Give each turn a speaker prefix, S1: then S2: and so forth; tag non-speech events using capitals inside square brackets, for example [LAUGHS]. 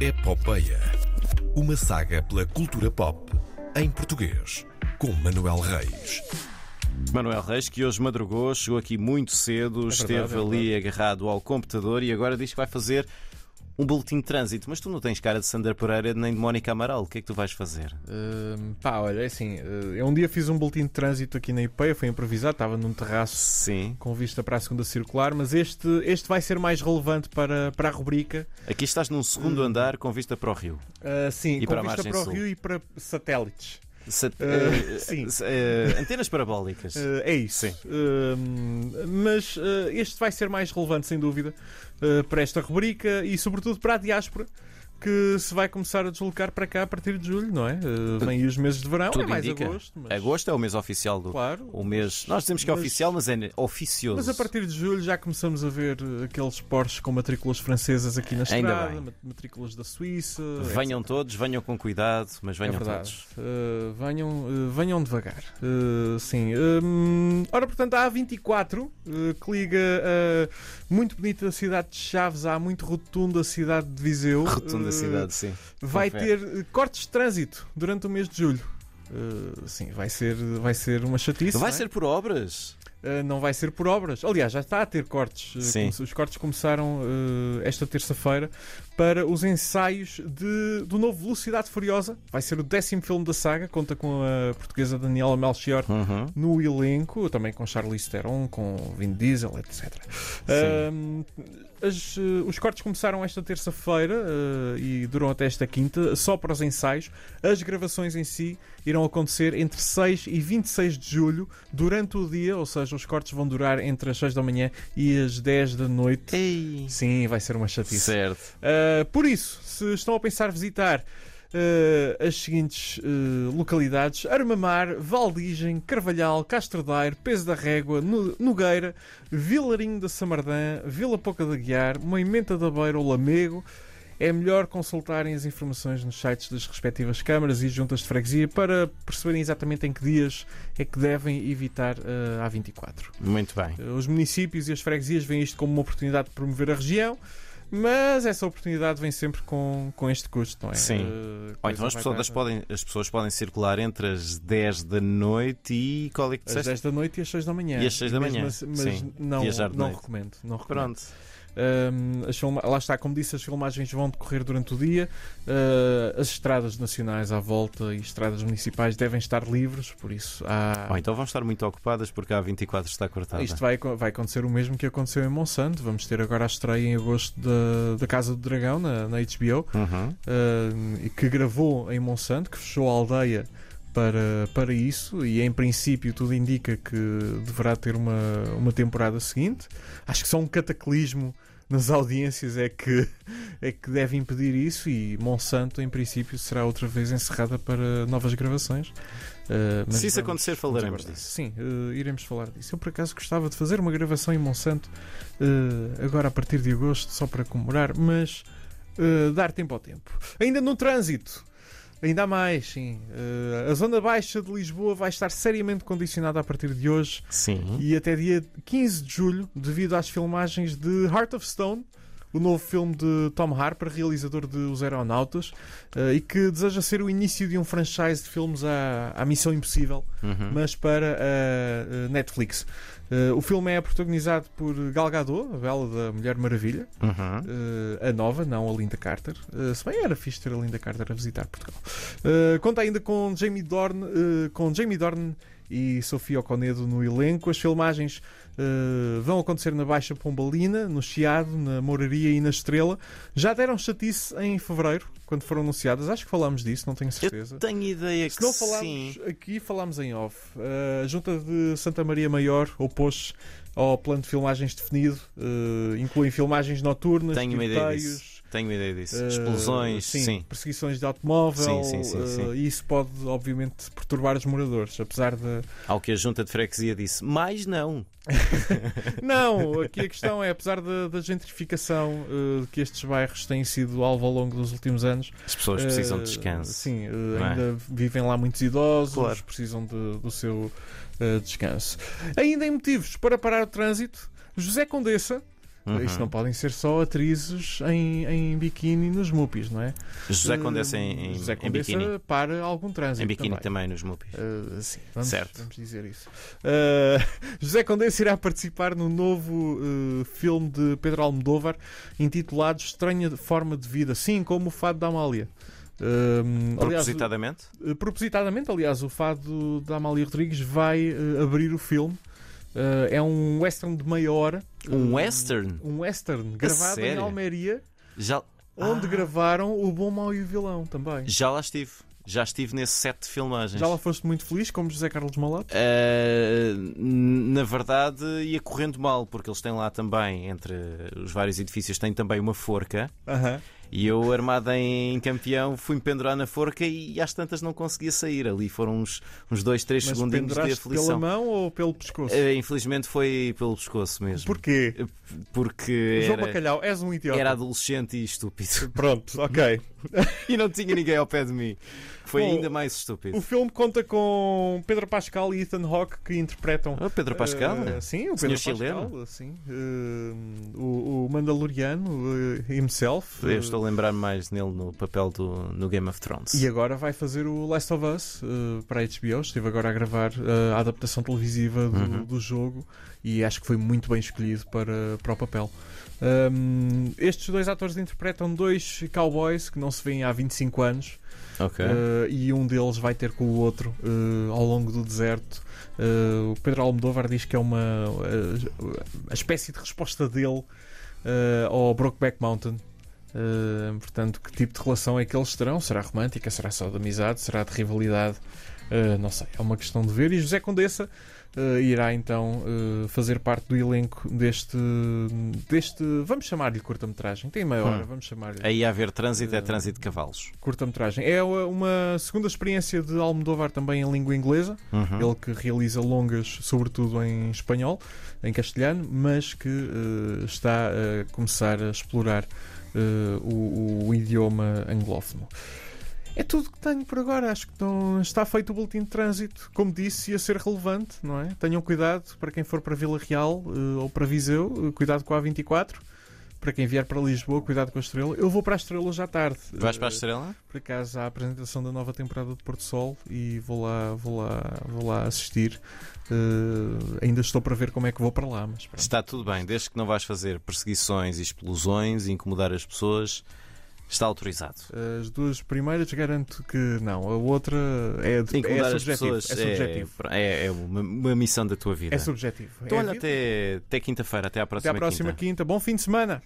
S1: Epopeia. É Uma saga pela cultura pop em português, com Manuel Reis.
S2: Manuel Reis, que hoje madrugou, chegou aqui muito cedo, esteve
S3: é
S2: ali agarrado ao computador e agora diz que vai fazer um boletim de trânsito. Mas tu não tens cara de Sander Pereira nem de Mónica Amaral. O que é que tu vais fazer?
S3: Hum, pá, olha, é assim, eh, eu um dia fiz um boletim de trânsito aqui na IPEA, foi improvisado, estava num terraço
S2: Sim.
S3: com vista para a segunda circular, mas este, este vai ser mais relevante para, para a rubrica.
S2: Aqui estás num
S3: Hum.
S2: segundo andar com vista para o rio.
S3: Ah, sim,
S2: E
S3: com
S2: para a
S3: vista
S2: margem
S3: para o
S2: sul.
S3: Rio e para satélites.
S2: Sa-
S3: Eh,
S2: eh,
S3: sim.
S2: eh, antenas parabólicas.
S3: Eh, é isso.
S2: Sim.
S3: Hum, mas eh, este vai ser mais relevante, sem dúvida, eh, para esta rubrica e, sobretudo, para a diáspora. Que se vai começar a deslocar para cá a partir de julho, não é? Eh, vem aí os meses de verão,
S2: Tudo
S3: é mais
S2: indica.
S3: agosto. Mas,
S2: Agosto é o mês oficial do.
S3: Claro.
S2: O mês. Nós dizemos que é
S3: Mas-
S2: oficial, mas é oficioso.
S3: Mas a partir de julho já começamos a ver eh, aqueles Porsches com matrículas francesas aqui na
S2: Ainda
S3: estrada,
S2: bem.
S3: mat- matrículas da Suíça.
S2: Venham todos, venham com cuidado, mas
S3: etc. É
S2: venham
S3: verdade.
S2: todos.
S3: Eh, venham, eh, venham devagar. Eh, sim. Hum, ora, portanto, a A24 eh, que liga a muito bonita cidade de Chaves à muito rotunda cidade de Viseu.
S2: Rotunda
S3: eh,
S2: cidade, sim.
S3: Vai
S2: confere.
S3: ter eh, cortes de trânsito durante o mês de julho. Eh, sim, vai ser, vai ser uma chatice.
S2: Vai
S3: não é?
S2: ser por obras.
S3: Uh, não vai ser por obras. Aliás, já está a ter cortes. Uh,
S2: Sim.
S3: come- Os cortes começaram uh, esta terça-feira para os ensaios de, do novo Velocidade Furiosa. Vai ser o décimo filme da saga. Conta com a portuguesa Daniela Melchior
S2: Uhum.
S3: no elenco, também com Charlize Theron, com Vin Diesel, etc. Ahm, as, eh, os cortes começaram esta terça-feira eh, e duram até esta quinta, só para os ensaios. As gravações em si irão acontecer entre 6 e 26 de julho, durante o dia, ou seja, os cortes vão durar entre as 6 da manhã e as 10 da noite.
S2: Ei.
S3: Sim, vai ser uma chatice.
S2: Certo.
S3: Uh, por isso, se estão a pensar visitar uh, as seguintes uh, localidades: Armamar, Valdigem, Carvalhal, Castrodaire, Peso da Régua, Nu- Nogueira, Vilarinho da Samardã, Vila Pouca da Guiar, Moimenta da Beira ou Lamego. É melhor consultarem as informações nos sites das respectivas câmaras e juntas de freguesia para perceberem exatamente em que dias é que devem evitar uh, a A24.
S2: Muito bem.
S3: Os municípios e as freguesias veem isto como uma oportunidade de promover a região, mas essa oportunidade vem sempre com, com este custo, não é?
S2: Sim.
S3: Eh,
S2: Ou
S3: coisa
S2: então as
S3: vai
S2: pessoas,
S3: dar-
S2: podem, as pessoas podem circular entre as 10 da noite e. Qual é que
S3: Às
S2: disseste?
S3: 10 da noite e às 6 da manhã.
S2: E às seis da
S3: Mesmo
S2: manhã,
S3: assim- Mas
S2: sim.
S3: não,
S2: Viajar de
S3: não
S2: noite.
S3: recomendo. Não recomendo.
S2: Pronto.
S3: Ahm, as filma- Lá está, como disse, as filmagens vão decorrer durante o dia. Ah, as estradas nacionais à volta e estradas municipais devem estar livres, por isso há.
S2: Ou então vão estar muito ocupadas porque a 24 está cortada.
S3: Isto vai, acon- vai acontecer o mesmo que aconteceu em Monsanto. Vamos ter agora a estreia em agosto da, da Casa do Dragão, na, na HBO.
S2: Uhum.
S3: uh, e que gravou em Monsanto, que fechou a aldeia para, para isso, e em princípio tudo indica que deverá ter uma, uma temporada seguinte. Acho que só um cataclismo nas audiências é que, [LAUGHS] é que deve impedir isso, e Monsanto, em princípio, será outra vez encerrada para novas gravações. Uh, mas
S2: Se isso
S3: vamos-
S2: acontecer, falaremos
S3: vamos aguardar.
S2: disso.
S3: Sim, eh, iremos falar disso. Eu, por acaso, gostava de fazer uma gravação em Monsanto eh, agora a partir de agosto, só para comemorar, mas eh, dar tempo ao tempo. Ainda no trânsito. Ainda há mais, sim. Eh, a zona baixa de Lisboa vai estar seriamente condicionada a partir de hoje
S2: Sim.
S3: e até dia 15 de julho, devido às filmagens de Heart of Stone, o novo filme de Tom Harper, realizador de Os Aeronautas, eh, e que deseja ser o início de um franchise de filmes à, à Missão Impossível
S2: Uhum.
S3: mas para a a Netflix. Eh, o filme é protagonizado por Gal Gadot, a bela da Mulher Maravilha,
S2: Uhum.
S3: eh, a nova, não a Linda Carter. Eh, se bem era fixe ter a Linda Carter a visitar Portugal. Eh, conta ainda com Jamie Dorn, eh, com Jamie Dorn e Sofia Oconedo no elenco. As filmagens eh, vão acontecer na Baixa Pombalina, no Chiado, na Moraria e na Estrela. Já deram chatice em fevereiro, quando foram anunciadas. Acho que falámos disso, não tenho certeza.
S2: Tenho ideia
S3: Se
S2: que
S3: não falámos
S2: sim.
S3: aqui, falámos em off. Uh, a junta de Santa Maria Maior opôs-se ao plano de filmagens definido, uh, incluem filmagens noturnas,
S2: Tenho uma ideia
S3: tiroteios,
S2: disso. Tenho ideia disso.
S3: uh,
S2: Explosões,
S3: sim,
S2: sim.
S3: perseguições de automóvel,
S2: Sim, sim, sim,
S3: uh,
S2: sim.
S3: e isso pode obviamente perturbar os moradores, apesar de [LAUGHS]
S2: Ao que a junta de freguesia disse. Mas não.
S3: não, aqui a questão é apesar da, da gentrificação uh, que estes bairros têm sido alvo ao longo dos últimos anos,
S2: As pessoas precisam de
S3: Eh,
S2: descanso.
S3: Sim, eh,
S2: não é?
S3: ainda vivem lá muitos idosos,
S2: Claro.
S3: precisam de- do seu eh, descanso. Ainda em motivos para parar o trânsito, José Condessa
S2: Uhum.
S3: Isto não podem ser só atrizes em, em biquíni nos mupis, não é?
S2: José
S3: Eh,
S2: Condessa em, em,
S3: José
S2: em
S3: Condessa
S2: biquíni.
S3: para algum trânsito
S2: Em biquíni
S3: também.
S2: também, nos Mupis.
S3: Uh, sim, vamos,
S2: Certo.
S3: vamos dizer isso. Uh, [LAUGHS] José Condessa irá participar no novo uh, filme de Pedro Almodóvar intitulado Estranha Forma de Vida, sim como o Fado da Amália. Um, aliás,
S2: Propositadamente?
S3: uh, propositadamente, aliás, o Fado da Amália Rodrigues vai uh, abrir o filme. Uh, é um western de meia hora.
S2: Um western?
S3: Um western gravado em
S2: sério?
S3: Almeria,
S2: Já,
S3: onde
S2: Ah.
S3: gravaram O Bom, Mau e o Vilão também.
S2: já lá estive. Já estive nesse set de filmagens.
S3: Já lá foste muito feliz, como José Carlos Malato?
S2: Uh, na verdade, ia correndo mal, porque eles têm lá também, entre os vários edifícios, têm também uma forca.
S3: Aham.
S2: E eu, armado em campeão, fui-me pendurar na forca e às tantas não conseguia sair. Ali foram uns, uns dois, três
S3: Mas
S2: segundinhos de
S3: penduraste pela
S2: aflição.
S3: mão ou pelo pescoço?
S2: Uh, infelizmente foi pelo pescoço mesmo.
S3: Porquê?
S2: Porque
S3: João
S2: era,
S3: Bacalhau, és um idiota.
S2: era adolescente e estúpido. [LAUGHS]
S3: Pronto, ok.
S2: e não tinha ninguém ao pé de mim. Foi
S3: Bom,
S2: ainda mais estúpido.
S3: O filme conta com Pedro Pascal e Ethan Hawke que interpretam.
S2: Oh, Pedro Pascal?
S3: eh, sim, o Pedro
S2: Senhor chileno?
S3: Pascal. Sim, eh, o, o Mandaloriano eh, himself. eh,
S2: Eu estou a lembrar mais nele no papel do no Game of Thrones.
S3: E agora vai fazer o Last of Us eh, para a HBO. Esteve agora a gravar eh, a adaptação televisiva do,
S2: Uhum.
S3: do jogo e acho que foi muito bem escolhido para, para o papel. Ahm, estes dois atores interpretam dois cowboys que não se veem há 25 anos
S2: Ok.
S3: eh, e um deles vai ter com o outro eh, ao longo do deserto. Eh, o Pedro Almodóvar diz que é uma eh, a espécie de resposta dele eh, ao Brokeback Mountain. Eh, portanto, que tipo de relação é que eles terão? Será romântica? Será só de amizade? Será de rivalidade? Eh, não sei, é uma questão de ver. E José Condessa eh, irá então eh, fazer parte do elenco deste. deste vamos chamar-lhe curta-metragem. Tem meia hora,
S2: Hum.
S3: vamos chamar-lhe
S2: Aí a haver trânsito é
S3: Eh,
S2: trânsito de cavalos.
S3: curta-metragem. É uma- uma segunda experiência de Almodóvar também em língua inglesa.
S2: Uhum.
S3: Ele que realiza longas, sobretudo em espanhol, em castelhano, mas que eh, está a começar a explorar eh, o, o idioma anglófono. É tudo que tenho por agora. Acho que não está feito o boletim de trânsito. Como disse, ia ser relevante, não é? Tenham cuidado para quem for para Vila Real eh, ou para Viseu, eh, cuidado com a A24. Para quem vier para Lisboa, cuidado com a Estrela. Eu vou para a Estrela já tarde.
S2: Vais para a
S3: Eh,
S2: estrela?
S3: por acaso há a apresentação da nova temporada de Porto Sol e vou lá, vou lá, vou lá assistir. Eh, ainda estou para ver como é que vou para lá, mas pronto.
S2: Está tudo bem, desde que não vais fazer perseguições e explosões e incomodar as pessoas, está autorizado.
S3: Eh, As duas primeiras garanto que não, a outra é, de, é
S2: Incomodar as
S3: subjetivo.
S2: pessoas
S3: é subjetivo.
S2: é- é uma, uma missão da tua vida.
S3: É subjetivo.
S2: Então,
S3: É a
S2: olha,
S3: vida.
S2: até, até quinta-feira, até à
S3: Até
S2: próxima.
S3: à próxima
S2: quinta.
S3: quinta. Bom fim de semana.